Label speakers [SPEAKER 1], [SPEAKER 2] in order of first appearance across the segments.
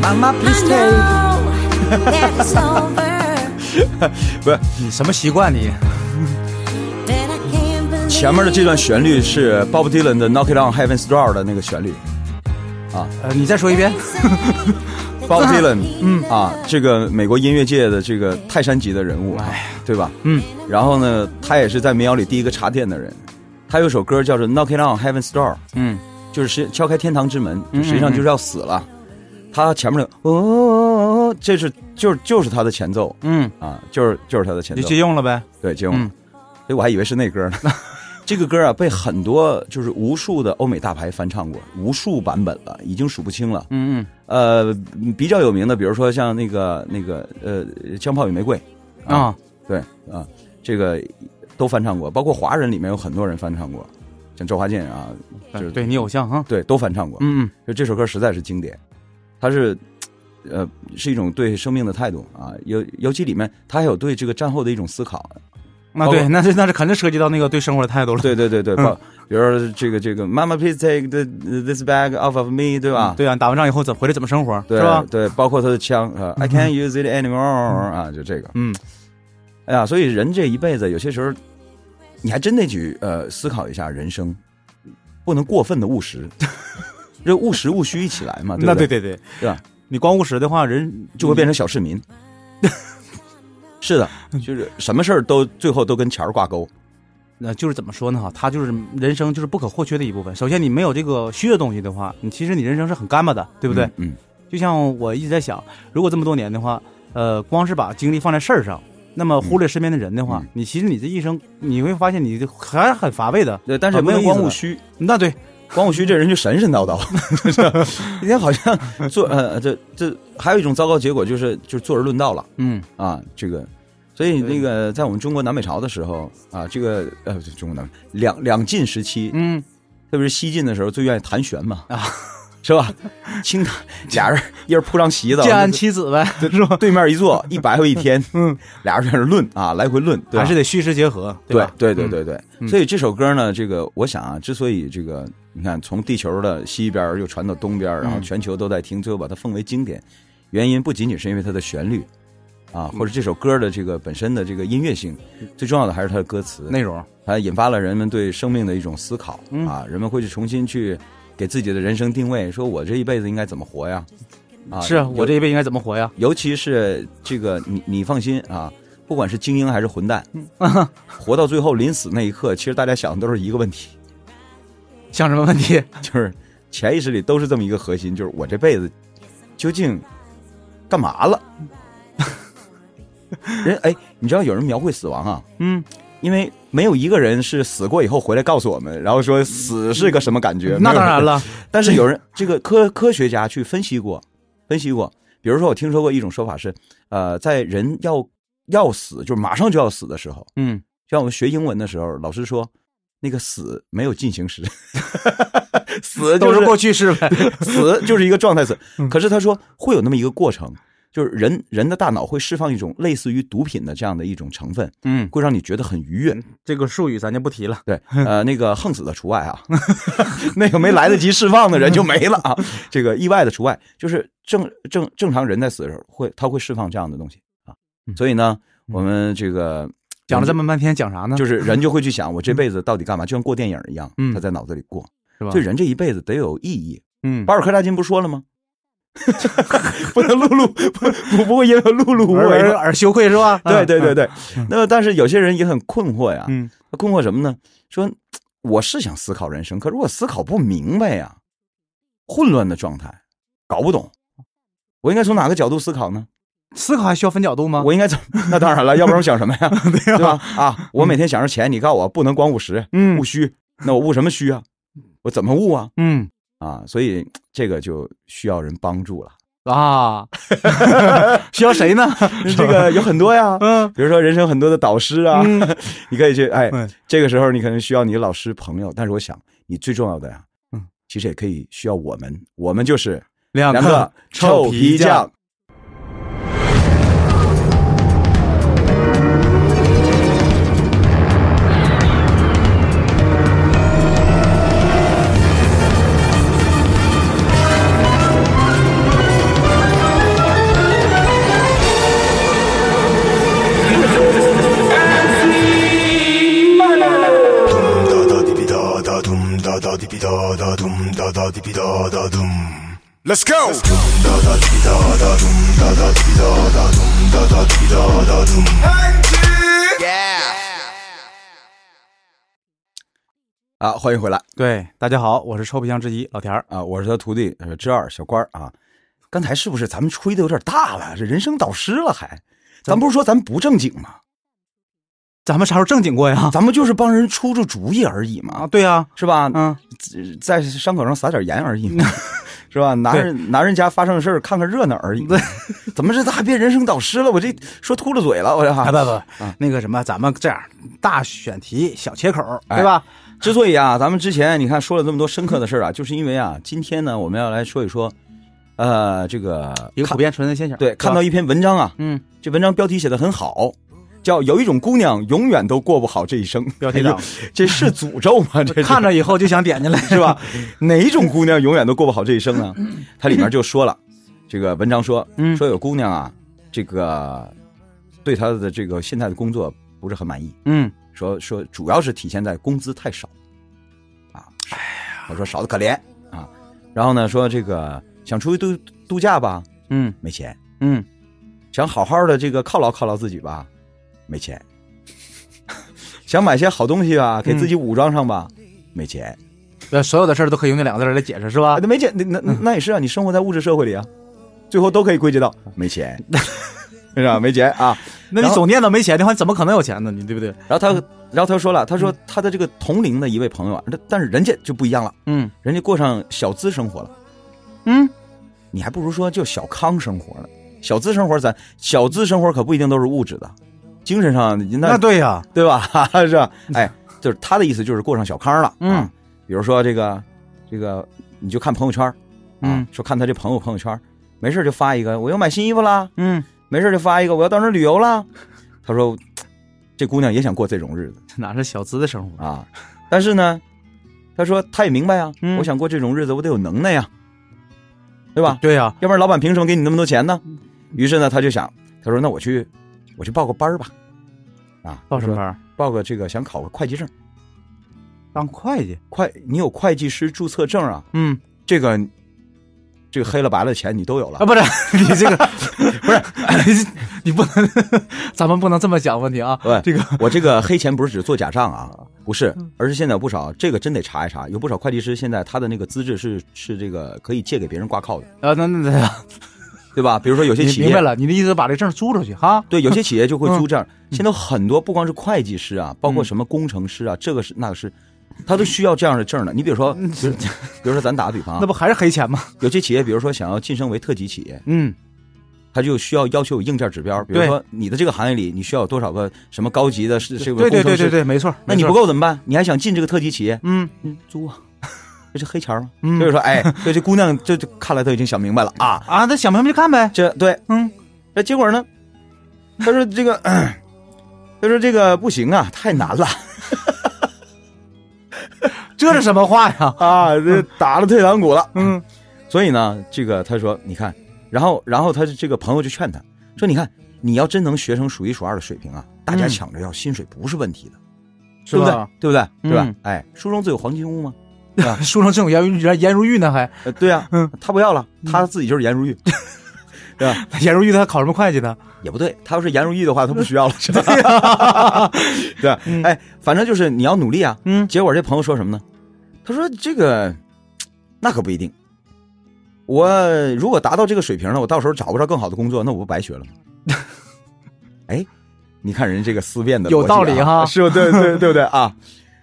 [SPEAKER 1] Grandma, please take。
[SPEAKER 2] 不是你什么习惯你？
[SPEAKER 1] 前
[SPEAKER 3] 前面
[SPEAKER 1] 面
[SPEAKER 3] 的
[SPEAKER 1] 的这
[SPEAKER 3] 这
[SPEAKER 1] 段
[SPEAKER 3] 段
[SPEAKER 1] 旋
[SPEAKER 3] 旋
[SPEAKER 1] 律
[SPEAKER 3] 律
[SPEAKER 1] 是
[SPEAKER 3] 是
[SPEAKER 1] Bob
[SPEAKER 3] Bob
[SPEAKER 1] Dylan
[SPEAKER 3] Dylan
[SPEAKER 1] 的
[SPEAKER 3] 的《
[SPEAKER 1] 《Knock
[SPEAKER 3] Knock
[SPEAKER 1] It
[SPEAKER 3] It
[SPEAKER 1] On
[SPEAKER 3] On
[SPEAKER 1] Heaven's
[SPEAKER 3] Heaven's
[SPEAKER 1] Door
[SPEAKER 3] Door》》
[SPEAKER 1] 的
[SPEAKER 3] 的
[SPEAKER 1] 那
[SPEAKER 3] 那
[SPEAKER 1] 个
[SPEAKER 3] 个
[SPEAKER 1] 旋
[SPEAKER 3] 旋
[SPEAKER 1] 律
[SPEAKER 3] 律。
[SPEAKER 2] 呃，你 再说一遍。
[SPEAKER 1] ，Bob
[SPEAKER 3] Bob
[SPEAKER 1] Dylan，
[SPEAKER 3] Dylan，
[SPEAKER 1] 嗯
[SPEAKER 3] 啊
[SPEAKER 1] 啊，，
[SPEAKER 3] 这个美国音乐界的这个泰山级的人物，哎，对吧？
[SPEAKER 2] 嗯，
[SPEAKER 3] 然后呢，他也是在民谣里第一个插电的人。他有首歌叫做《Knock It On Heaven's Door》，
[SPEAKER 2] 嗯，
[SPEAKER 3] 就是是敲开天堂之门，
[SPEAKER 2] 嗯
[SPEAKER 3] 实际上就是要死了。他前面的哦哦哦，哦这是就是就是他的前奏
[SPEAKER 2] 嗯，
[SPEAKER 3] 啊，就是就是他的前
[SPEAKER 2] 就
[SPEAKER 3] 奏
[SPEAKER 2] 借，用了呗。
[SPEAKER 3] 对，借用了
[SPEAKER 2] 嗯。
[SPEAKER 3] 所以我还以为是那歌 呢。这个歌啊，被很多就是无数的欧美大牌翻唱过，无数版本了，已经数不清了。
[SPEAKER 2] 嗯嗯
[SPEAKER 3] 呃，比较有名的，比如说像那个那个呃，《枪炮与玫瑰》
[SPEAKER 2] 啊、
[SPEAKER 3] 对啊、这个都翻唱过，包括华人里面有很多人翻唱过，像周华健啊，就是
[SPEAKER 2] 嗯对你偶像哈。
[SPEAKER 3] 对都翻唱过。
[SPEAKER 2] 嗯嗯，
[SPEAKER 3] 就这首歌实在是经典，它是呃是一种对生命的态度啊，尤尤其里面它还有对这个战后的一种思考。
[SPEAKER 2] 那对，那是那是肯定涉及到那个对生活的态度了。
[SPEAKER 3] 对对对对，
[SPEAKER 2] 嗯
[SPEAKER 3] 包比如说这个这个，Mama please take the, this bag off of me，对吧？
[SPEAKER 2] 对啊，打完仗以后怎回来怎么生活
[SPEAKER 3] 对啊
[SPEAKER 2] 是吧？
[SPEAKER 3] 对，包括他的枪啊、i can't use it anymore 啊，就这个。
[SPEAKER 2] 嗯，
[SPEAKER 3] 哎呀，所以人这一辈子，有些时候你还真得去呃思考一下人生，不能过分的 务实，这务实务虚一起来嘛，对
[SPEAKER 2] 那
[SPEAKER 3] 不
[SPEAKER 2] 对
[SPEAKER 3] 对？啊嗯
[SPEAKER 2] 对对
[SPEAKER 3] 对吧？
[SPEAKER 2] 你光务实的话，人
[SPEAKER 3] 就会变成小市民。 是的，就是什么事儿都最后都跟钱儿挂钩。
[SPEAKER 2] 那呃就是怎么说呢？哈，它就是人生就是不可或缺的一部分。首先，你没有这个虚的东西的话，你其实你人生是很干巴的，对
[SPEAKER 3] 对
[SPEAKER 2] 不对？？
[SPEAKER 3] 嗯，
[SPEAKER 2] 就像我一直在想，如果这么多年的话，呃，光是把精力放在事儿上，那么忽略身边的人的话，
[SPEAKER 3] 嗯
[SPEAKER 2] 你其实你这一生你会发现你还是很乏味的。
[SPEAKER 3] 对，但
[SPEAKER 2] 啊
[SPEAKER 3] 是也不能
[SPEAKER 2] 没有意思
[SPEAKER 3] 光务
[SPEAKER 2] 了
[SPEAKER 3] 虚。
[SPEAKER 2] 那对，
[SPEAKER 3] 光务虚这人就神神叨 叨，今天好像做呃这这还有一种糟糕结果就是就是坐而论道了
[SPEAKER 2] 嗯，
[SPEAKER 3] 啊，这个，所以那个在我们中国南北朝的时候啊，这个呃中国南两两晋时期，
[SPEAKER 2] 嗯，
[SPEAKER 3] 特别是西晋的时候最愿意谈玄嘛
[SPEAKER 2] 啊，
[SPEAKER 3] 是吧？清谈 俩人一人铺张席子，
[SPEAKER 2] 见安妻子呗，是吧？
[SPEAKER 3] 对面一坐一白活一天，
[SPEAKER 2] 嗯，
[SPEAKER 3] 俩人在那论啊，来回论，对吧
[SPEAKER 2] 还是得虚实结合，
[SPEAKER 3] 对
[SPEAKER 2] 吧？
[SPEAKER 3] 对对
[SPEAKER 2] 嗯，
[SPEAKER 3] 对对，
[SPEAKER 2] 嗯
[SPEAKER 3] 所以这首歌呢，这个我想啊，之所以这个你看从地球的西边儿又传到东边儿，然后
[SPEAKER 2] 嗯
[SPEAKER 3] 全球都在听，最后把它奉为经典，原因不仅仅是因为它的旋律啊，
[SPEAKER 2] 嗯
[SPEAKER 3] 或者这首歌的这个本身的这个音乐性，最重要的还是它的歌词，
[SPEAKER 2] 内容，
[SPEAKER 3] 它引发了人们对生命的一种思考
[SPEAKER 2] 嗯
[SPEAKER 3] 啊，人们会去重新去给自己的人生定位，说我这一辈子应该怎么活呀？啊，
[SPEAKER 2] 是啊我
[SPEAKER 3] 尤
[SPEAKER 2] 这一辈应该怎么活呀？
[SPEAKER 3] 尤其是这个，你你放心啊，不管是精英还是混蛋，
[SPEAKER 2] 嗯
[SPEAKER 3] 活到最后临死那一刻，其实大家想的都是一个 问题，
[SPEAKER 2] 想什么问题？
[SPEAKER 3] 就是潜意识里都是这么一个核心，就是我这辈子究竟干嘛了？
[SPEAKER 2] 嗯
[SPEAKER 3] 人哎，你知道有人描绘死亡啊，
[SPEAKER 2] 嗯，
[SPEAKER 3] 因为没有一个人是死过以后回来告诉我们，然后说死是个什么感觉？
[SPEAKER 2] 那
[SPEAKER 3] 没
[SPEAKER 2] 当
[SPEAKER 3] 有人
[SPEAKER 2] 然了，
[SPEAKER 3] 但是有人这个科科学家去分析过，分析过，比如说我听说过一种说法是，呃，在人要要死，就是马上就要死的时候，
[SPEAKER 2] 嗯，
[SPEAKER 3] 像我们学英文的时候，老师说那个死没有进行时， 死
[SPEAKER 2] 都
[SPEAKER 3] 就是
[SPEAKER 2] 过去式呗，
[SPEAKER 3] 死就是一个状态死。可是他说会有那么一个过程，就是人人的大脑会释放一种类似于毒品的这样的一种成分，
[SPEAKER 2] 嗯，
[SPEAKER 3] 会让你觉得很愉悦。
[SPEAKER 2] 这个术语咱就不提了。
[SPEAKER 3] 对，呃，那个横死的除外啊， 那个没来得及释放的人就没了啊，这个意外的除外，就是正正正常人在死的时候会，他会释放这样的东西啊，所以呢，我们这个
[SPEAKER 2] 讲了这么半天，讲啥呢？
[SPEAKER 3] 嗯就是人就会去想，我这辈子到底干嘛？就像过电影一样
[SPEAKER 2] 嗯，
[SPEAKER 3] 他在脑子里过，
[SPEAKER 2] 是吧
[SPEAKER 3] 所以人这一辈子得有意义。
[SPEAKER 2] 嗯，
[SPEAKER 3] 巴尔科扎金不说了吗？不能碌碌不不不会因为碌碌无
[SPEAKER 2] 而
[SPEAKER 3] 为
[SPEAKER 2] 而。而羞愧是吧？嗯
[SPEAKER 3] 对对对
[SPEAKER 2] 对，
[SPEAKER 3] 对，那么但是有些人也很困惑呀，
[SPEAKER 2] 嗯
[SPEAKER 3] 他困惑什么呢？说嘖我是想思考人生，可是我思考不明白呀，混乱的状态，搞不懂。我应该从哪个角度思考呢？
[SPEAKER 2] 思考还需要分角度吗？
[SPEAKER 3] 我应该怎么？ 那 当然了，要不然我想什么呀？对吧？啊，我每天想着钱，你告诉我不能光务实，
[SPEAKER 2] 嗯
[SPEAKER 3] 务虚，那我务什么虚啊？我怎么务啊？
[SPEAKER 2] 嗯
[SPEAKER 3] 啊，所以嘖这个就需要人帮 助了。
[SPEAKER 2] 啊，需要谁呢？
[SPEAKER 3] 这个有很多呀，
[SPEAKER 2] 嗯
[SPEAKER 3] 比如说人生很多的导师啊，
[SPEAKER 2] 嗯
[SPEAKER 3] 你可以去哎
[SPEAKER 2] 嗯，
[SPEAKER 3] 这个时候你可能需要你的老师朋友，但是我想你最重要的呀，
[SPEAKER 2] 嗯，
[SPEAKER 3] 其实也可以需要我们，我们就是
[SPEAKER 2] 两
[SPEAKER 3] 两个 臭皮匠。。
[SPEAKER 4] Thank
[SPEAKER 1] Let's go. Yeah.
[SPEAKER 3] 啊，欢迎回来
[SPEAKER 2] 对，大家好，我是臭皮匠之一老田儿。
[SPEAKER 3] 啊！我是他徒弟呃之二小官儿啊。刚才是不是咱们吹的有点大了？这人生导师了还？咱不是说咱不正经吗？
[SPEAKER 2] 咱们啥时候正经过呀？
[SPEAKER 3] 咱们就是帮人出出主意而已
[SPEAKER 2] 啊，
[SPEAKER 3] 嘛，
[SPEAKER 2] 对呀、
[SPEAKER 3] 是吧？
[SPEAKER 2] 嗯，
[SPEAKER 3] 在伤口上撒点盐而已嘛， 是吧？拿人拿人家发生的事儿看看热闹而已。对，怎么这还变人生导师了？我这说秃噜嘴了，我这
[SPEAKER 2] 啊
[SPEAKER 3] 哈。
[SPEAKER 2] 不不，那个什么，咱们这样，大选题小切口，
[SPEAKER 3] 哎
[SPEAKER 2] 对吧？
[SPEAKER 3] 之所以啊，咱们之前你看说了这么多深刻的事儿啊，就是因为啊，今天呢，我们要来说一说，呃，这个
[SPEAKER 2] 一个普遍存在的现象。
[SPEAKER 3] 对，看 到
[SPEAKER 2] 一
[SPEAKER 3] 一篇文章啊，
[SPEAKER 2] 嗯，
[SPEAKER 3] 这文章标题写的很好，叫“有一种姑娘永远都过不好这一生”。
[SPEAKER 2] 标题
[SPEAKER 3] 哎呦
[SPEAKER 2] 党
[SPEAKER 3] 这是诅咒吗？这是
[SPEAKER 2] 看着以后就想点进来，
[SPEAKER 3] 是吧？哪种姑娘永远都过不好这一生呢？它里面就说了，这个文章说
[SPEAKER 2] 嗯
[SPEAKER 3] 说有姑娘啊，这个对她的这个现在的工作不是很满意，
[SPEAKER 2] 嗯，
[SPEAKER 3] 说说主要是体现在工资太少，啊，
[SPEAKER 2] 哎
[SPEAKER 3] 我说少的可怜啊。然后呢，说这个想出去度度假吧，
[SPEAKER 2] 嗯
[SPEAKER 3] 没钱；
[SPEAKER 2] 嗯，
[SPEAKER 3] 想好好的这个犒劳犒劳自己吧，没钱；想买些好东西吧，给自己武装上吧，没钱。
[SPEAKER 2] 呃，所有的事儿都 可以用那两个字儿来解释，是
[SPEAKER 3] 啊，
[SPEAKER 2] 吧？
[SPEAKER 3] 那没钱，那那那那也是啊，你生活在物质社会里啊，最后都可以归结到 没钱，是吧？没钱啊。
[SPEAKER 2] 那你总念叨没钱的话，你怎么可能有钱呢？你对不对？
[SPEAKER 3] 然后他，然后他说了，他说他的这个同龄的一位朋友啊，但但是人家就不一样了，
[SPEAKER 2] 嗯
[SPEAKER 3] 人家过上小资生活了，
[SPEAKER 2] 嗯，
[SPEAKER 3] 你还不如说就小康生活呢。小资生活咱小资生活可不一定都是物质的，精神上
[SPEAKER 2] 那
[SPEAKER 3] 那
[SPEAKER 2] 对呀、
[SPEAKER 3] 对吧？ 是吧？哎，就是他的意思就是过上小康了，
[SPEAKER 2] 嗯
[SPEAKER 3] 啊，比如说这个这个，你就看朋友圈，啊
[SPEAKER 2] 嗯，
[SPEAKER 3] 说看他这朋友朋友圈，没事就发一个我又买新衣服啦，
[SPEAKER 2] 嗯，
[SPEAKER 3] 没事就发一个我要到那儿旅游啦。他说，这姑娘也想过这种日子
[SPEAKER 2] 这哪是小资的生活？
[SPEAKER 3] 啊，但是呢，他说他也明白啊，
[SPEAKER 2] 嗯
[SPEAKER 3] 我想过这种日子，我得有能耐呀、啊对吧？
[SPEAKER 2] 对呀、
[SPEAKER 3] 要不然老板凭什么给你那么多钱呢？于是呢，他就想，他说那我去，我去报个班儿吧，啊，
[SPEAKER 2] 报什么
[SPEAKER 3] 他
[SPEAKER 2] 班
[SPEAKER 3] 说？
[SPEAKER 2] 儿？
[SPEAKER 3] 报个这个想考个会计证，
[SPEAKER 2] 当会计。
[SPEAKER 3] 会你有会计师注册证啊，
[SPEAKER 2] 嗯
[SPEAKER 3] 这个这个黑了白了钱你都有了
[SPEAKER 2] 啊，。不是 你这个不是你不能，咱们不能这么讲问题啊。
[SPEAKER 3] 对
[SPEAKER 2] 这个
[SPEAKER 3] 我这个黑钱不是指做假账啊，不是，
[SPEAKER 2] 嗯
[SPEAKER 3] 而是现在有不少这个真得查一查，有不少会计师现在他的那个资质是是这个可以借给别人挂靠的，
[SPEAKER 2] 啊，那那那，
[SPEAKER 3] 对吧？比如说有些
[SPEAKER 2] 你
[SPEAKER 3] 企
[SPEAKER 2] 明白
[SPEAKER 3] 业，
[SPEAKER 2] 了，你的意思是把这证租出去哈？
[SPEAKER 3] 对，有些企业就会
[SPEAKER 2] 嗯
[SPEAKER 3] 租这样。现在有很多不光是会计师啊，包括什么工程师啊，这个是那个是，他都需要这样的证的。你比如说，比如比如说咱打个比方
[SPEAKER 2] 嗯那
[SPEAKER 3] 啊，
[SPEAKER 2] 不还是黑钱吗？
[SPEAKER 3] 有些企业，比如说想要晋升为特级企业，
[SPEAKER 2] 嗯
[SPEAKER 3] 他就需要要求有硬件指标，比如
[SPEAKER 2] 对
[SPEAKER 3] 说你的这个行业里你需要有多少个什么高级的是这个
[SPEAKER 2] 对对
[SPEAKER 3] 工程
[SPEAKER 2] 对对
[SPEAKER 3] 师
[SPEAKER 2] 对，没错。
[SPEAKER 3] 那你
[SPEAKER 2] 没
[SPEAKER 3] 不
[SPEAKER 2] 错，
[SPEAKER 3] 够怎么办？你还想进这个特级企业？
[SPEAKER 2] 嗯，
[SPEAKER 3] 嗯，租啊，这是黑钱儿吗？
[SPEAKER 2] 嗯
[SPEAKER 3] 所以说，哎，对这姑娘，这这看来她已经想明白了啊。
[SPEAKER 2] 啊，那想明白就干呗。
[SPEAKER 3] 这对，
[SPEAKER 2] 嗯，
[SPEAKER 3] 那结果呢？她说这个， 嗯她说这个不行啊，太难了
[SPEAKER 2] 这是什么话呀？
[SPEAKER 3] 啊，这打了退堂鼓了。
[SPEAKER 2] 嗯
[SPEAKER 3] 所以呢，这个她说，你看，然后然后她这个朋友就劝她说，你看，你要真能学成数一数二的水平啊，大家
[SPEAKER 2] 嗯
[SPEAKER 3] 抢着要，薪水不是问题的，
[SPEAKER 2] 是
[SPEAKER 3] 对不对
[SPEAKER 2] 吧？
[SPEAKER 3] 对不对？对吧
[SPEAKER 2] 嗯？
[SPEAKER 3] 哎，书中自有黄金屋吗？
[SPEAKER 2] 书上正有颜如颜颜如玉呢，还
[SPEAKER 3] 呃，对啊
[SPEAKER 2] 嗯，
[SPEAKER 3] 他不要了，他自己就是颜 如玉，对吧？
[SPEAKER 2] 颜如玉他考什么会计呢？
[SPEAKER 3] 也不对，他要是颜如玉的话，他不需要了， 是吧？ 对吧
[SPEAKER 2] 嗯
[SPEAKER 3] 哎，反正就是你要努力啊。
[SPEAKER 2] 嗯
[SPEAKER 3] 结果这朋友说什么呢？他说这个那可不一定。我如果达到这个水平了，我到时候找不着更好的工作，那我不白学了吗？ 哎，你看人家这个思辨的、啊
[SPEAKER 2] 有道理哈
[SPEAKER 3] 是不？对对对不对啊？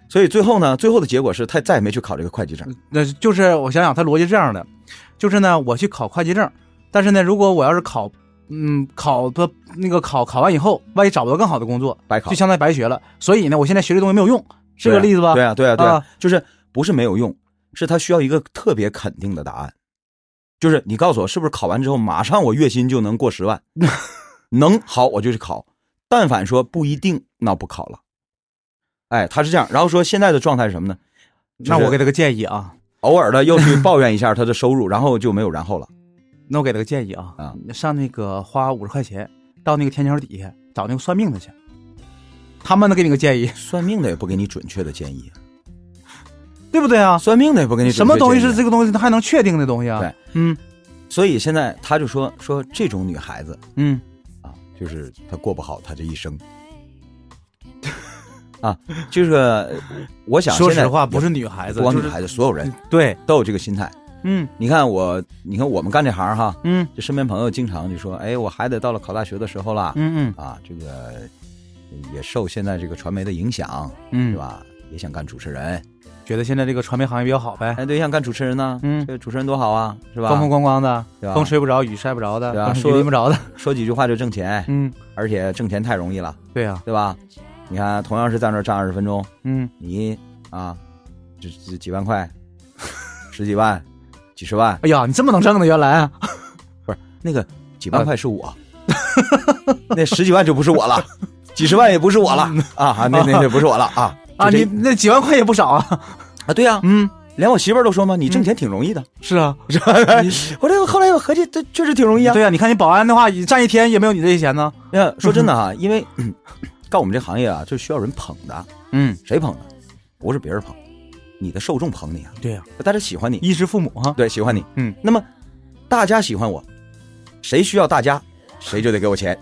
[SPEAKER 3] 所以最后呢，最后的结果是他再也没去考这个会计证。
[SPEAKER 2] 那就是我想想，他逻辑是这样的，就是呢，我去考会计证，但是呢，如果我要是考，嗯，考的那个考考完以后，万一找不到更好的工作，
[SPEAKER 3] 白考
[SPEAKER 2] 就相当于白学了。所以呢，我现在学这东西没有用，是这个例子吧？
[SPEAKER 3] 对啊，对啊，对啊
[SPEAKER 2] 啊，
[SPEAKER 3] 就是不是没有用，是他需要一个特别肯定的答案，就是你告诉我是不是考完之后马上我月薪就能过 十万，能好我就去考，但凡说不一定，那不考了。哎，他是这样，然后说现在的状态是什么呢？
[SPEAKER 2] 那我给他个建议啊，
[SPEAKER 3] 偶尔的又去抱怨一下他的收入，然后就没有然后了。
[SPEAKER 2] 那我给他个建议啊，
[SPEAKER 3] 啊
[SPEAKER 2] 上那个花五十块钱到那个天桥底下找那个算命的去， 他们能给你个建议。
[SPEAKER 3] 算命的也不给你准确的建议，
[SPEAKER 2] 对不对啊？
[SPEAKER 3] 算命的也不给你
[SPEAKER 2] 什么东西是
[SPEAKER 3] 这？
[SPEAKER 2] 这个东西，它还能确定的东西啊？
[SPEAKER 3] 对，
[SPEAKER 2] 嗯
[SPEAKER 3] 所以现在他就说说这种女孩子
[SPEAKER 2] 嗯，
[SPEAKER 3] 啊，就是她过不好她这一生。 啊，就是呃我想
[SPEAKER 2] 说
[SPEAKER 3] 现在
[SPEAKER 2] 实话，不
[SPEAKER 3] 也
[SPEAKER 2] 是女孩子，
[SPEAKER 3] 光
[SPEAKER 2] 就
[SPEAKER 3] 女
[SPEAKER 2] 是
[SPEAKER 3] 孩子，所有人
[SPEAKER 2] 对，
[SPEAKER 3] 都有这个心态。
[SPEAKER 2] 嗯
[SPEAKER 3] 你看我，你看我们干这行哈，
[SPEAKER 2] 嗯
[SPEAKER 3] 就身边朋友经常就说，哎，我孩子到了考大学的时候啦，
[SPEAKER 2] 嗯
[SPEAKER 3] 啊，这个呃也受现在这个传媒的影响，
[SPEAKER 2] 嗯嗯，
[SPEAKER 3] 是？吧？也想干主持人，
[SPEAKER 2] 觉得现在这个传媒行业比较好呗，
[SPEAKER 3] 哎，对，想干主持人呢，
[SPEAKER 2] 嗯
[SPEAKER 3] 这个主持人多好啊，是吧？
[SPEAKER 2] 风风光光的，
[SPEAKER 3] 对吧
[SPEAKER 2] 风吹不着，雨晒不着的，
[SPEAKER 3] 对啊
[SPEAKER 2] 风吹
[SPEAKER 3] 说
[SPEAKER 2] 雨淋不着的，
[SPEAKER 3] 说几句话就挣钱，
[SPEAKER 2] 嗯，
[SPEAKER 3] 而且挣钱太容易了，
[SPEAKER 2] 对呀，
[SPEAKER 3] 对吧？你看，同样是在那儿站二十分钟，
[SPEAKER 2] 嗯，
[SPEAKER 3] 你啊，这这几万块，十几万，几十万，
[SPEAKER 2] 哎呀，你这么能挣呢，原来啊，
[SPEAKER 3] 那个几万块是我，
[SPEAKER 2] 呃
[SPEAKER 3] 那十几万就不是我了，几十万也不是我了啊，那那那不是我了 啊
[SPEAKER 2] 啊，
[SPEAKER 3] 就
[SPEAKER 2] 你
[SPEAKER 3] 这
[SPEAKER 2] 那几万块也不少啊，
[SPEAKER 3] 啊，对呀、
[SPEAKER 2] 嗯，
[SPEAKER 3] 连我媳妇儿都说嘛，你挣钱挺容易的。
[SPEAKER 2] 是 啊，
[SPEAKER 3] 我这后来我合计，这确实挺容易啊。
[SPEAKER 2] 对呀，你看你保安的话，你站一天也没有你这些钱呢，
[SPEAKER 3] 那呃说真 的哈、因为嗯干我们这行业啊，就需要人捧的，
[SPEAKER 2] 嗯，
[SPEAKER 3] 谁捧的？不是别人捧，你的受众捧你啊，
[SPEAKER 2] 对呀，
[SPEAKER 3] 大家喜欢你，
[SPEAKER 2] 衣食父母 哈，
[SPEAKER 3] 对，喜欢你。
[SPEAKER 2] 嗯，
[SPEAKER 3] 那么大家喜欢我，谁需要大家，谁就得给 我钱，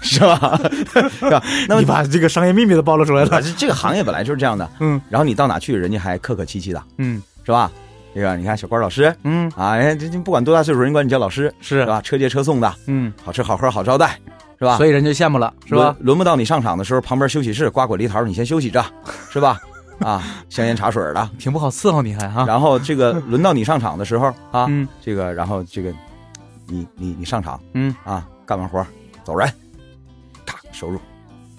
[SPEAKER 3] 是吧？是吧？那么
[SPEAKER 2] 你把这个商业秘密都暴露出来了，
[SPEAKER 3] 啊这这个行业本来就是这样的，
[SPEAKER 2] 嗯
[SPEAKER 3] 然后你到哪去，人家还客客气气的，
[SPEAKER 2] 嗯
[SPEAKER 3] 是吧？这个你看小关老师
[SPEAKER 2] 嗯，
[SPEAKER 3] 啊，人家这这不管多大岁数，人管你叫老师，
[SPEAKER 2] 是
[SPEAKER 3] 是吧？车接车送的，
[SPEAKER 2] 嗯，
[SPEAKER 3] 好吃好喝好招待，是吧？
[SPEAKER 2] 所
[SPEAKER 3] 以
[SPEAKER 2] 以人就羡慕了，是吧？？
[SPEAKER 3] 轮不到你上场的时候，旁边休息室瓜果梨桃，你先 休息着，是吧？啊，香烟茶水的。
[SPEAKER 2] 挺不好伺候你还哈，
[SPEAKER 3] 然后这个轮到你上场的时候啊，
[SPEAKER 2] 啊嗯
[SPEAKER 3] 这个然后这个，你你你上场
[SPEAKER 2] 嗯，
[SPEAKER 3] 啊，干完活走人，咔收入，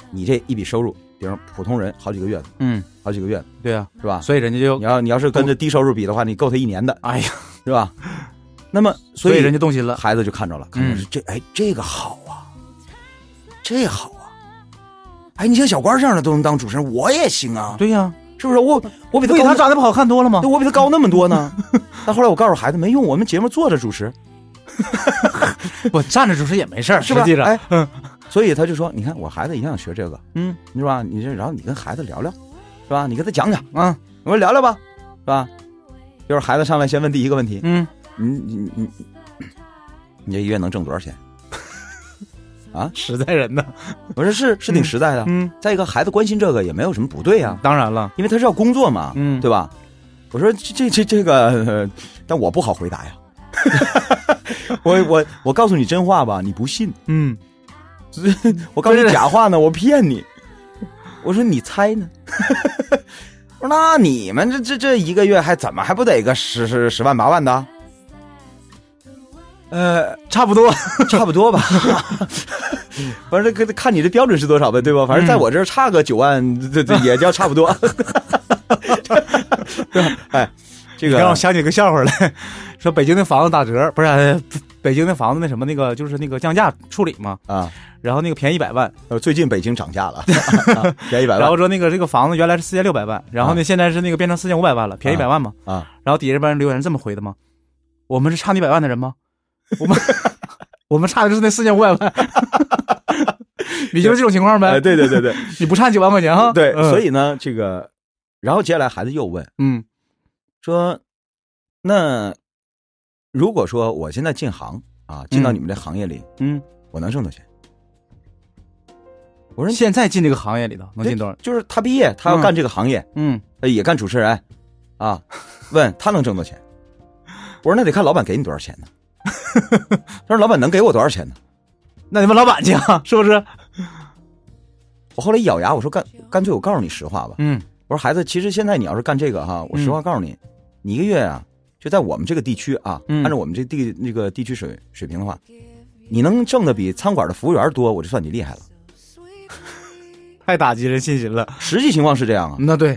[SPEAKER 3] 你这一笔收入顶普通人好几个月，
[SPEAKER 2] 嗯，
[SPEAKER 3] 好几个月
[SPEAKER 2] 对啊呀，
[SPEAKER 3] 是吧？
[SPEAKER 2] 所以人家就
[SPEAKER 3] 你，要你要是跟着低收入比的话，你够他一年的，
[SPEAKER 2] 哎呀，
[SPEAKER 3] 是吧？那么所
[SPEAKER 2] 所
[SPEAKER 3] 以
[SPEAKER 2] 以人家嗯动心了，
[SPEAKER 3] 孩子就看着了，看着是这哎这个好啊，这好啊，哎你像小关这样的都能当主持人，我也行啊，
[SPEAKER 2] 对呀，
[SPEAKER 3] 是不是？我我比他
[SPEAKER 2] 对他
[SPEAKER 3] 高那，
[SPEAKER 2] 长得不好看多了吗
[SPEAKER 3] 对？我比他高那么多 呢。但后来我告诉孩子没用，我们节目坐着主持，
[SPEAKER 2] 我站着主持也没事儿，
[SPEAKER 3] 是
[SPEAKER 2] 实
[SPEAKER 3] 吧
[SPEAKER 2] 际上，
[SPEAKER 3] 哎所以他就说，你看我孩子也想学这个，
[SPEAKER 2] 嗯
[SPEAKER 3] 你是吧？你这然后你跟孩子聊聊，是吧？你跟他讲讲，
[SPEAKER 2] 啊
[SPEAKER 3] 我说聊聊吧，是吧？就是孩子上来先问第一个问题，
[SPEAKER 2] 嗯，
[SPEAKER 3] 你你你你这一月能挣多少钱？
[SPEAKER 2] 实在人呢，
[SPEAKER 3] 我说是是挺实在的。
[SPEAKER 2] 嗯，
[SPEAKER 3] 再一个，孩子关心这个也没有什么不对啊，
[SPEAKER 2] 哎当然了，
[SPEAKER 3] 因为他是要工作嘛，
[SPEAKER 2] 嗯
[SPEAKER 3] 对吧？我说这这这这个、呃但我不好回答呀。 我我我告诉你真话吧，你不信；
[SPEAKER 2] 嗯，
[SPEAKER 3] 我告诉你假话呢，我骗你。我说你猜呢？ 我说那你们这这这一个月还怎么还不得个十十十万八万的？呃，
[SPEAKER 2] 差不多，
[SPEAKER 3] 差不多吧。反正看看你的标准是多少呗，对吧？反正在我这儿差个九万，这这也叫差不 多。对 吧？哎，这
[SPEAKER 2] 让
[SPEAKER 3] 个
[SPEAKER 2] 我想起个笑话来， 说北京的房子打折，不是 呃北京的房子那什么那个就是那个降价处理嘛，
[SPEAKER 3] 啊，
[SPEAKER 2] 然后那个便宜一百万，
[SPEAKER 3] 呃最近北京涨价了，啊便宜一百
[SPEAKER 2] 然后
[SPEAKER 3] 万
[SPEAKER 2] 说那个这个房子原来是四千六百万，然后呢现在是那个变成四千五百万了，便宜一百万嘛，
[SPEAKER 3] 啊！
[SPEAKER 2] 然后底下这帮人留言这么回的吗？我们是差一百万的人吗？我们 我们差的就是那四千五百万， 你就是这种情况
[SPEAKER 3] 哎，
[SPEAKER 2] 呗，
[SPEAKER 3] 对对对对
[SPEAKER 2] 你不差几万块钱啊哈，
[SPEAKER 3] 对，所
[SPEAKER 2] 以
[SPEAKER 3] 以呢，这个，然后接下来孩子又问
[SPEAKER 2] 嗯
[SPEAKER 3] 说，那如果说我现在进行啊，进到
[SPEAKER 2] 嗯
[SPEAKER 3] 你们这行业里，
[SPEAKER 2] 嗯。
[SPEAKER 3] 我能挣多少钱？
[SPEAKER 2] 我说现在进这个行业里头能进多少？
[SPEAKER 3] 就是他毕业，他要
[SPEAKER 2] 嗯
[SPEAKER 3] 干这个行业，
[SPEAKER 2] 嗯，
[SPEAKER 3] 呃也干主持人，啊，问他能挣多少钱？我说那得看老板给你多少钱呢。 他说老板能给我多少钱呢？
[SPEAKER 2] 那你问老板去啊，是不是？
[SPEAKER 3] 我后来一咬牙，我说干干脆我告诉你实话吧。
[SPEAKER 2] 嗯
[SPEAKER 3] 我说孩子，其实现在你要是干这个哈，我实话告诉你，你一个月啊，就在我们这个地区啊，
[SPEAKER 2] 嗯
[SPEAKER 3] 按照我们这地那个地区水水平的话，你能挣的比餐馆的服务员多，我就算你厉害了。
[SPEAKER 2] 太打击人信心了。
[SPEAKER 3] 实际情况是这样啊，
[SPEAKER 2] 那对，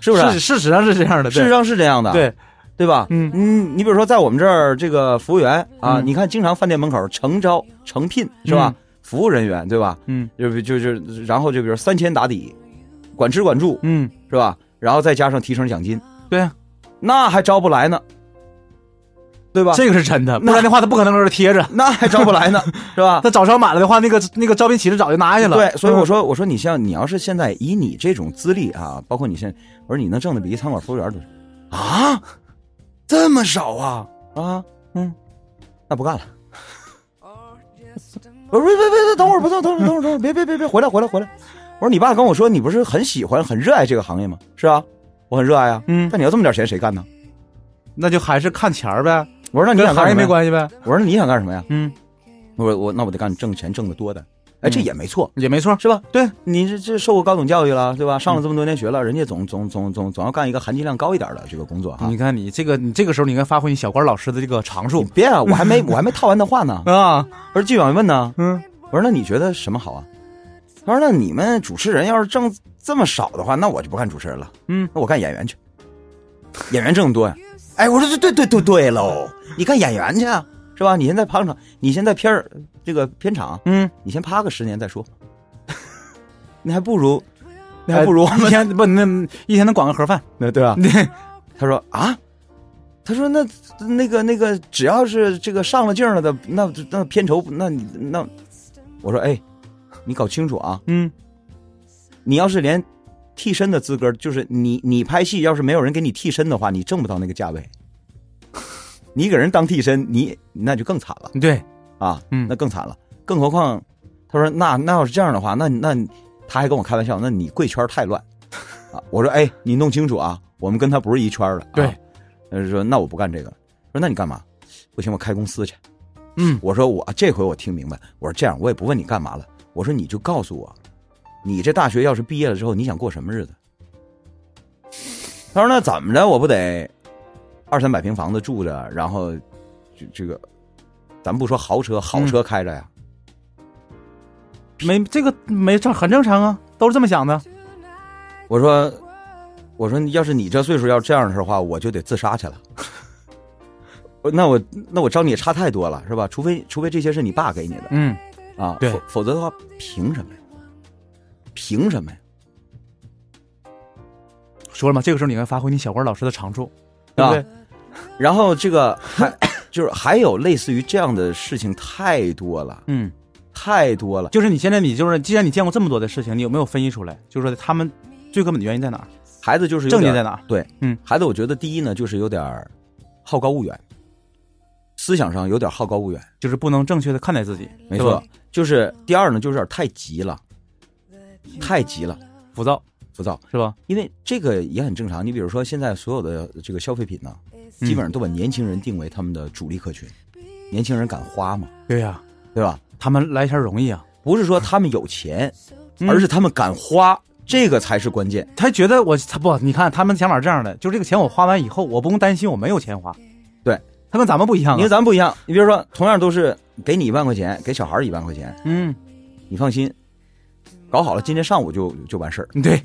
[SPEAKER 3] 是不是？啊
[SPEAKER 2] 事事实上嗯是这样的，
[SPEAKER 3] 事
[SPEAKER 2] 对
[SPEAKER 3] 实上是这样的，啊
[SPEAKER 2] 对，
[SPEAKER 3] 对吧？
[SPEAKER 2] 嗯
[SPEAKER 3] 你比如说在我们这儿这个服务员啊，
[SPEAKER 2] 嗯
[SPEAKER 3] 你看经常饭店门口诚招诚聘是吧？
[SPEAKER 2] 嗯
[SPEAKER 3] 服务人员对吧？
[SPEAKER 2] 嗯
[SPEAKER 3] 就就就然后就比如三千打底，管吃管住
[SPEAKER 2] 嗯，
[SPEAKER 3] 是吧？然后再加上提成奖金，
[SPEAKER 2] 对啊，
[SPEAKER 3] 那还招不来呢，对吧？
[SPEAKER 2] 这个是真的，不
[SPEAKER 3] 那
[SPEAKER 2] 然的话他不可能搁这贴着。
[SPEAKER 3] 那还招不来 呢，是吧？
[SPEAKER 2] 他早上满了的话，那个那个招聘启事早就拿下了。
[SPEAKER 3] 对，所以我
[SPEAKER 2] 说，
[SPEAKER 3] 说，我说你像你要是现在以你这种资历啊，包括你现在，我说你能挣的比一餐馆服务员多，啊，这么少啊啊，嗯，那不 干了。我说别别别，等会儿不动，等会儿等会儿等会儿，别别别别，回来回来回来。我说你爸跟我说你不是很喜欢很热爱这个行业吗？是啊，我很热爱啊。
[SPEAKER 2] 嗯
[SPEAKER 3] 但你要这么点钱谁干呢？
[SPEAKER 2] 那就还是看钱儿呗，
[SPEAKER 3] 我说那你
[SPEAKER 2] 跟
[SPEAKER 3] 想干
[SPEAKER 2] 行
[SPEAKER 3] 什
[SPEAKER 2] 业
[SPEAKER 3] 么
[SPEAKER 2] 没
[SPEAKER 3] 呀？
[SPEAKER 2] 关系呗。
[SPEAKER 3] 我说那你想干什么呀？
[SPEAKER 2] 嗯，
[SPEAKER 3] 我说我那我得干挣钱挣得多的。哎，这
[SPEAKER 2] 嗯
[SPEAKER 3] 也没错，
[SPEAKER 2] 也没错。
[SPEAKER 3] 是吧？对你这这受过高等教育了，对吧？
[SPEAKER 2] 嗯
[SPEAKER 3] 上了这么多年学了，人家总总总总总要干一个含金量高一点的这个工作哈
[SPEAKER 2] 你。看你这个，你这个时候你应该发挥你小关老师的这个长
[SPEAKER 3] 你
[SPEAKER 2] 处
[SPEAKER 3] 别啊，我还 没我还没套完的话呢。
[SPEAKER 2] 啊。
[SPEAKER 3] 而继续往下问呢，
[SPEAKER 2] 嗯，
[SPEAKER 3] 我说那你觉得什么好啊？他说那你们主持人要是挣这么少的话，那我就不干主持人了，
[SPEAKER 2] 嗯，
[SPEAKER 3] 那我干演员去。演员挣得多呀、哎，我说对对对对对喽，你干演员去啊，是吧？你先在片场，你先在片儿这个片场，
[SPEAKER 2] 嗯，
[SPEAKER 3] 你先趴个十年再说， 你还不如，你还不如我
[SPEAKER 2] 哎一
[SPEAKER 3] 们
[SPEAKER 2] 天不那一天能管个盒饭。
[SPEAKER 3] 那对吧？
[SPEAKER 2] 对，
[SPEAKER 3] 他说啊，他说那那个那个，只要是这个上了镜了的，那那片酬，那你那，我说哎，你搞清楚啊，
[SPEAKER 2] 嗯，
[SPEAKER 3] 你要是连替身的资格，就是你你拍戏要是没有人给你替身的话，你挣不到那个价位。 你给人当替身，你那就更惨了
[SPEAKER 2] 对，
[SPEAKER 3] 啊，
[SPEAKER 2] 嗯
[SPEAKER 3] 那更惨了。更何况，他说那那要是这样的话，那那他还跟我开玩笑，那你贵圈太乱啊。我说哎，你弄清楚啊，我们跟他不是一圈的。
[SPEAKER 2] 对
[SPEAKER 3] 啊，他说那我不干这个了。说那你干嘛？不行，我开公司去。
[SPEAKER 2] 嗯，
[SPEAKER 3] 我说我这回我听明白，我说这样我也不问你干嘛了，我说你就告诉我，你这大学要是毕业了之后你想过什么日子？他说那怎么着我不得二三百平房子住着，然后这这个，咱不说豪车，豪车开着呀，
[SPEAKER 2] 没这个没这很正常啊，都是这么想的。
[SPEAKER 3] 我说我说要是你这岁数要这样式的话，我就得自杀去了。 我那我那我招你也差太多了是吧？除非除非这些是你爸给你的，
[SPEAKER 2] 嗯，
[SPEAKER 3] 啊，
[SPEAKER 2] 对
[SPEAKER 3] 否否则的话，凭什么呀？凭什么呀？
[SPEAKER 2] 说了嘛，这个时候你应该发挥你小关老师的长处，对
[SPEAKER 3] 啊
[SPEAKER 2] 不对？
[SPEAKER 3] 然后这个还
[SPEAKER 2] 嗯
[SPEAKER 3] 就是还有类似于这样的事情太多了，
[SPEAKER 2] 嗯，
[SPEAKER 3] 太多了。
[SPEAKER 2] 就是你现在你就是，既然你见过这么多的事情，你有没有分析出来？就是说他们最根本的原因在哪儿？
[SPEAKER 3] 孩子就是有
[SPEAKER 2] 症结
[SPEAKER 3] 点
[SPEAKER 2] 在哪儿？
[SPEAKER 3] 对，
[SPEAKER 2] 嗯，
[SPEAKER 3] 孩子，我觉得第一呢，就是有点儿好高骛远，思想上有点好高骛远，
[SPEAKER 2] 就是不能正确的看待自己，
[SPEAKER 3] 没
[SPEAKER 2] 嗯对吧
[SPEAKER 3] 错。就是第二呢，就是有点太急了，太急了，
[SPEAKER 2] 浮躁
[SPEAKER 3] 浮躁。
[SPEAKER 2] 是吧？
[SPEAKER 3] 因为这个也很正常。你比如说，现在所有的这个消费品呢，
[SPEAKER 2] 嗯
[SPEAKER 3] 基本上都把年轻人定为他们的主力客群，年轻人敢花嘛，
[SPEAKER 2] 对呀、
[SPEAKER 3] 对吧？
[SPEAKER 2] 他们来钱容易啊，
[SPEAKER 3] 不是说他们有钱，
[SPEAKER 2] 嗯
[SPEAKER 3] 而是他们敢花，这个才是关键。
[SPEAKER 2] 他觉得我他不，你看他们想法是这样的，就是这个钱我花完以后，我不用担心我没有钱花。
[SPEAKER 3] 对，
[SPEAKER 2] 他跟咱们不一样
[SPEAKER 3] 你
[SPEAKER 2] 啊
[SPEAKER 3] 跟。咱不一样，你比如说，同样都是给你一万块钱，给小孩儿一万块钱，
[SPEAKER 2] 嗯，
[SPEAKER 3] 你放心，搞好了今天上午就就完事儿。
[SPEAKER 2] 对，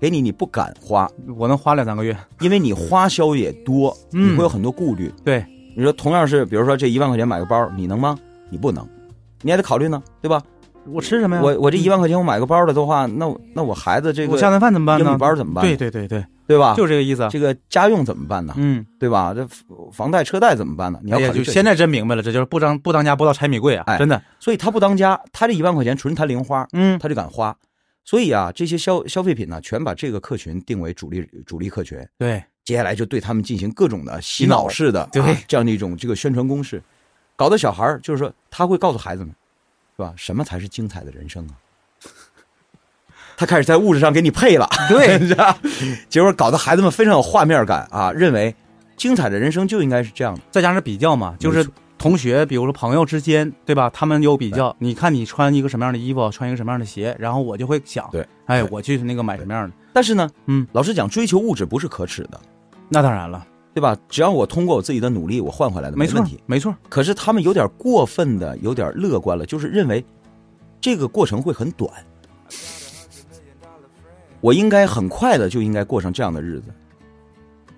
[SPEAKER 3] 给你你不敢花，
[SPEAKER 2] 我能花两三个月。
[SPEAKER 3] 因为你花销也多，
[SPEAKER 2] 嗯
[SPEAKER 3] 你会有很多顾虑。
[SPEAKER 2] 对，
[SPEAKER 3] 你说同样是，比如说这一万块钱买个包，你能吗？你不能，你还得考虑呢，对吧？
[SPEAKER 2] 我吃什么呀？
[SPEAKER 3] 我我这一万块钱我买个包了的话，那我那我孩子这
[SPEAKER 2] 嗯我下
[SPEAKER 3] 个
[SPEAKER 2] 顿饭怎么办
[SPEAKER 3] 英
[SPEAKER 2] 呢
[SPEAKER 3] 语？班怎么办？
[SPEAKER 2] 对对对对，
[SPEAKER 3] 对吧？
[SPEAKER 2] 就这个意思啊。
[SPEAKER 3] 这个家用怎么办呢？
[SPEAKER 2] 嗯，
[SPEAKER 3] 对吧？这房贷、车贷怎么办呢？你要
[SPEAKER 2] 哎呀，
[SPEAKER 3] 考
[SPEAKER 2] 就
[SPEAKER 3] 虑这些
[SPEAKER 2] 现在真明白了，这就是不当不当家不知道柴米贵啊，
[SPEAKER 3] 哎
[SPEAKER 2] 真的。
[SPEAKER 3] 所以他不当家，他这一万块钱纯他零花，
[SPEAKER 2] 嗯，
[SPEAKER 3] 他就敢花。所以啊，这些消消费品呢，全把这个客群定为主力主力客群，
[SPEAKER 2] 对，
[SPEAKER 3] 接下来就对他们进行各种的洗
[SPEAKER 2] 洗脑
[SPEAKER 3] 脑式的
[SPEAKER 2] 对
[SPEAKER 3] 啊这样的一种这个宣传攻势，搞得小孩儿就是说他会告诉孩子们，是吧？什么才是精彩的人生啊？他开始在物质上给你配了，
[SPEAKER 2] 对
[SPEAKER 3] 是吧？结果搞得孩子们非常有画面感啊，认为精彩的人生就应该是这样的。
[SPEAKER 2] 再加上比较嘛，就是
[SPEAKER 3] 没错
[SPEAKER 2] 同学，比如说朋友之间，对吧？他们有比较，你看你穿一个什么样的衣服，穿一个什么样的鞋，然后我就会想，
[SPEAKER 3] 对，
[SPEAKER 2] 哎，
[SPEAKER 3] 对
[SPEAKER 2] 我去那个买什么样的？
[SPEAKER 3] 但是呢，
[SPEAKER 2] 嗯，
[SPEAKER 3] 老实讲，追求物质不是可耻的，
[SPEAKER 2] 那当然了，
[SPEAKER 3] 对吧？只要我通过我自己的努力，我换回来的
[SPEAKER 2] 没
[SPEAKER 3] 问
[SPEAKER 2] 错
[SPEAKER 3] 题。，
[SPEAKER 2] 没错，
[SPEAKER 3] 可是他们有点过分的，有点乐观了，就是认为这个过程会很短，我应该很快的就应该过上这样的日子。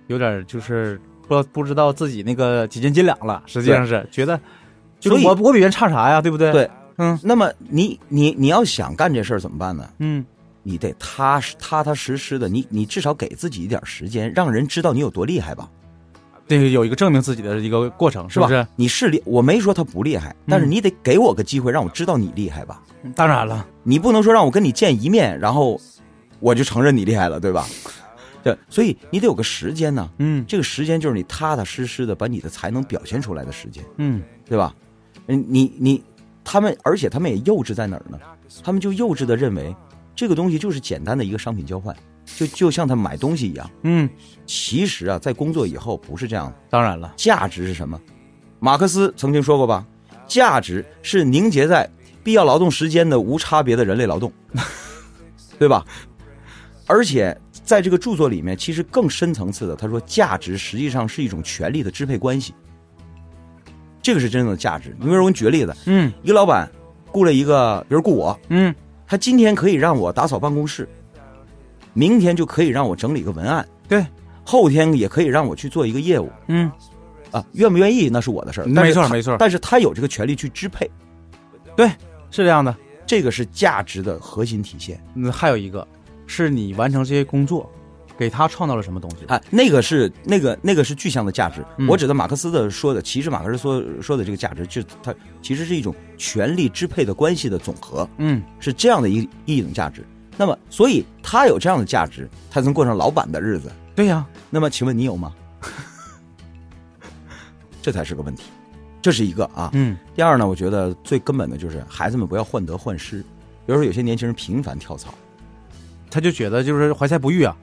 [SPEAKER 2] 有点就是不知道不知道自己那个几斤斤两了，实际上是觉得，就
[SPEAKER 3] 所以
[SPEAKER 2] 是我我比别人差啥呀？对不对？
[SPEAKER 3] 对，
[SPEAKER 2] 嗯
[SPEAKER 3] 那么你你你要想干这事儿怎么办呢？
[SPEAKER 2] 嗯，
[SPEAKER 3] 你得踏实踏踏实实的，你你至少给自己一点时间，让人知道你有多厉害吧，
[SPEAKER 2] 对，有一个证明自己的一个过程，是
[SPEAKER 3] 吧？
[SPEAKER 2] 不是？
[SPEAKER 3] 你是厉，我没说他不厉害，但是你得给我个机会，让我知道你厉害吧。
[SPEAKER 2] 当然了，
[SPEAKER 3] 你不能说让我跟你见一面，然后我就承认你厉害了，对吧？对，所以你得有个时间呢、
[SPEAKER 2] 嗯
[SPEAKER 3] 这个时间就是你踏踏实实的把你的才能表现出来的时间，
[SPEAKER 2] 嗯
[SPEAKER 3] 对吧？嗯，你你他们，而且他们也幼稚在哪儿呢？他们就幼稚的认为这个东西就是简单的一个商品交换，就就像他买东西一样。
[SPEAKER 2] 嗯，
[SPEAKER 3] 其实啊，在工作以后不是这样的，
[SPEAKER 2] 当然了，
[SPEAKER 3] 价值是什么？马克思曾经说过吧，价值是凝结在必要劳动时间的无差别的人类劳动， 对吧？而且在这个著作里面，其实更深层次的，他说价值实际上是一种权力的支配关系，这个是真正的价值。你比如说我给你举个例子，
[SPEAKER 2] 嗯
[SPEAKER 3] 一个老板雇了一个，比如雇我，
[SPEAKER 2] 嗯
[SPEAKER 3] 他今天可以让我打扫办公室，明天就可以让我整理一个文案，
[SPEAKER 2] 对，
[SPEAKER 3] 后天也可以让我去做一个业务。
[SPEAKER 2] 嗯
[SPEAKER 3] 啊，愿不愿意那是我的事儿，但是
[SPEAKER 2] 没错
[SPEAKER 3] 他
[SPEAKER 2] 没错
[SPEAKER 3] 但是他有这个权利去支配，
[SPEAKER 2] 是这样的。
[SPEAKER 3] 这个是价值的核心体现
[SPEAKER 2] 嗯，还有一个是你完成这些工作，给他创造了什么东西？
[SPEAKER 3] 啊，那个是那个那个是具象的价值。
[SPEAKER 2] 嗯
[SPEAKER 3] 我指的马克思的说的，其实马克思说说的这个价值，就是它其实是一种权力支配的关系的总和，
[SPEAKER 2] 嗯
[SPEAKER 3] 是这样的一一种价值。那么，所以他有这样的价值，他才能过上老板的日子。
[SPEAKER 2] 对呀、
[SPEAKER 3] 那么，请问你有吗？ 这才是个问题，这是一个啊。
[SPEAKER 2] 嗯
[SPEAKER 3] 第二呢，我觉得最根本的就是孩子们不要患得患失。比如说，有些年轻人频繁跳槽，
[SPEAKER 2] 他就觉得就是怀才不遇啊。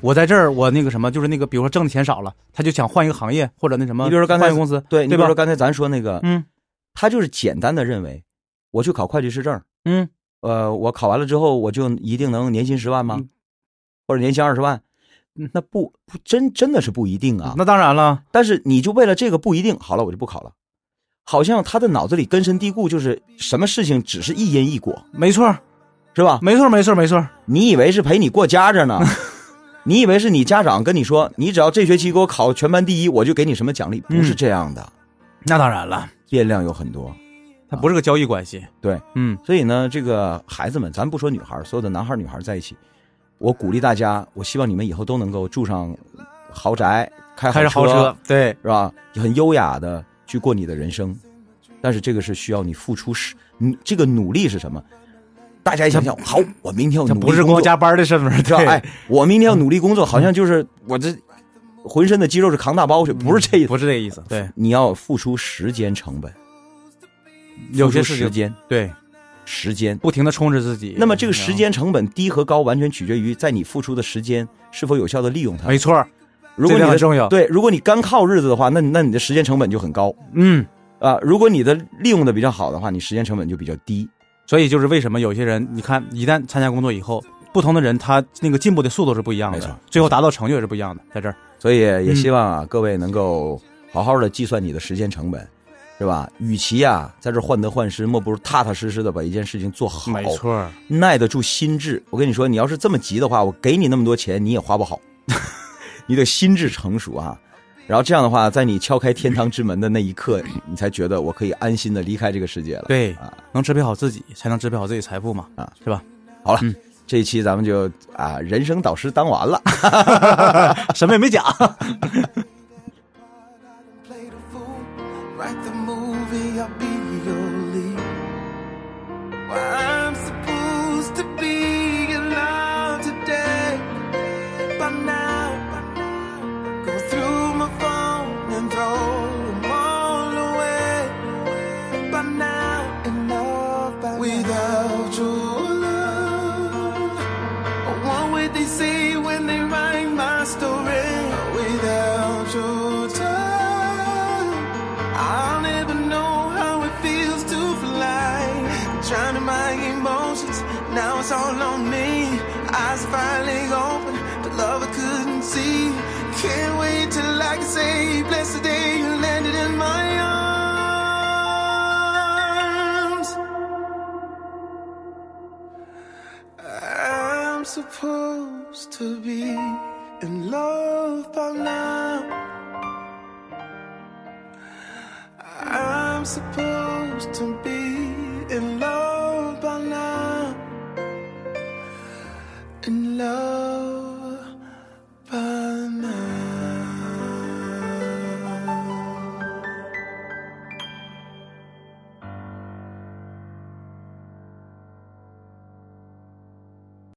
[SPEAKER 2] 我在这儿，我那个什么，就是那个，比如说挣的钱少了，他就想换一个行业或者那什么，
[SPEAKER 3] 你比如说刚才
[SPEAKER 2] 换一个公司，
[SPEAKER 3] 对，你比
[SPEAKER 2] 对
[SPEAKER 3] 如
[SPEAKER 2] 吧
[SPEAKER 3] 说？刚才咱说那个，
[SPEAKER 2] 嗯
[SPEAKER 3] 他就是简单的认为，我去考会计师证，
[SPEAKER 2] 嗯，
[SPEAKER 3] 呃，我考完了之后，我就一定能年薪十万吗
[SPEAKER 2] 嗯？
[SPEAKER 3] 或者年薪二十万
[SPEAKER 2] 嗯？
[SPEAKER 3] 那不不真真的是不一定啊。
[SPEAKER 2] 那当然了，
[SPEAKER 3] 但是你就为了这个不一定，好了，我就不考了。好像他的脑子里根深蒂固，就是什么事情只是一因一果，
[SPEAKER 2] 没错儿，
[SPEAKER 3] 是吧？
[SPEAKER 2] 没错儿，没错儿，没错儿。
[SPEAKER 3] 你以为是陪你过家 家呢？你以为是你家长跟你说，你只要这学期给我考全班第一，我就给你什么奖励？
[SPEAKER 2] 嗯
[SPEAKER 3] 不是这样的，
[SPEAKER 2] 那当然了，
[SPEAKER 3] 变量有很多。
[SPEAKER 2] 它不是个交易关系。
[SPEAKER 3] 对，
[SPEAKER 2] 嗯
[SPEAKER 3] 所以呢，这个孩子们，咱不说女孩，所有的男孩女孩在一起，我鼓励大家，我希望你们以后都能够住上豪宅，开
[SPEAKER 2] 开着
[SPEAKER 3] 豪
[SPEAKER 2] 豪车，对，
[SPEAKER 3] 是吧？很优雅的去过你的人生，但是这个是需要你付出是，你这个努力是什么？大家一想想，好，我明天要
[SPEAKER 2] 它
[SPEAKER 3] 努力
[SPEAKER 2] 不是
[SPEAKER 3] 工
[SPEAKER 2] 光
[SPEAKER 3] 作
[SPEAKER 2] 加班的身份儿，
[SPEAKER 3] 知道
[SPEAKER 2] 对，嗯
[SPEAKER 3] 哎，我明天要努力工作，好像就是我这浑身的肌肉是扛大包去，不是这意思。
[SPEAKER 2] 不是这个意思。对，
[SPEAKER 3] 你要付出时间成本，
[SPEAKER 2] 有些
[SPEAKER 3] 付
[SPEAKER 2] 事
[SPEAKER 3] 出时
[SPEAKER 2] 情嗯
[SPEAKER 3] 间
[SPEAKER 2] 对，
[SPEAKER 3] 时间。
[SPEAKER 2] 不停的充实自己。
[SPEAKER 3] 那么这个
[SPEAKER 2] 然
[SPEAKER 3] 时
[SPEAKER 2] 后，
[SPEAKER 3] 间成本低和高，完全取决于在你付出的时间是否有效的利用它。
[SPEAKER 2] 嗯没错儿，
[SPEAKER 3] 如
[SPEAKER 2] 哎这
[SPEAKER 3] 果你
[SPEAKER 2] 点
[SPEAKER 3] 的
[SPEAKER 2] 很重要
[SPEAKER 3] 对，如果你干靠日子的话，那那你的时间成本就很高
[SPEAKER 2] 嗯，
[SPEAKER 3] 啊、如果你的利用的比较好的话，你时间成本就比较低。
[SPEAKER 2] 所以就是为什么有些人，你看一旦参加工作以后，不同的人他那个进步的速度是不一样
[SPEAKER 3] 没错
[SPEAKER 2] 的，最后达到成就也是不一样的，在这儿。
[SPEAKER 3] 所以也
[SPEAKER 2] 嗯
[SPEAKER 3] 希望啊，各位能够好好的计算你的时间成本，是吧？与其啊在这患得患失，莫不如踏踏实实的把一件事情做好，
[SPEAKER 2] 没，错儿，
[SPEAKER 3] 耐得住心智。我跟你说，你要是这么急的话，我给你那么多钱，你也花不好， 你得心智成熟啊。然后这样的话，在你敲开天堂之门的那一刻，你才觉得我可以安心的离开这个世界了。
[SPEAKER 2] 对
[SPEAKER 3] 啊，
[SPEAKER 2] 能支配好自己，才能支配好自己财富嘛，
[SPEAKER 3] 啊
[SPEAKER 2] 是吧？
[SPEAKER 3] 好了，
[SPEAKER 2] 嗯
[SPEAKER 3] 这一期咱们就啊，人生导师当完了。
[SPEAKER 2] 什么也没讲。
[SPEAKER 1] Play the fool, write the movie, I'll be your lead. Why I'm supposed to be alive today. By now, go through my phone and throw them all away. By now, enough by without your love. A one way they say when they write my story. Without your touch, I'll never know how it feels to fly. Drowning my emotions, now it's all on me. Eyes finally open, the love I couldn't see. Can't wait till I can say, bless the day you landed in my arms. I'm supposed to be in love by now. I'm supposed to be in love by now. In love.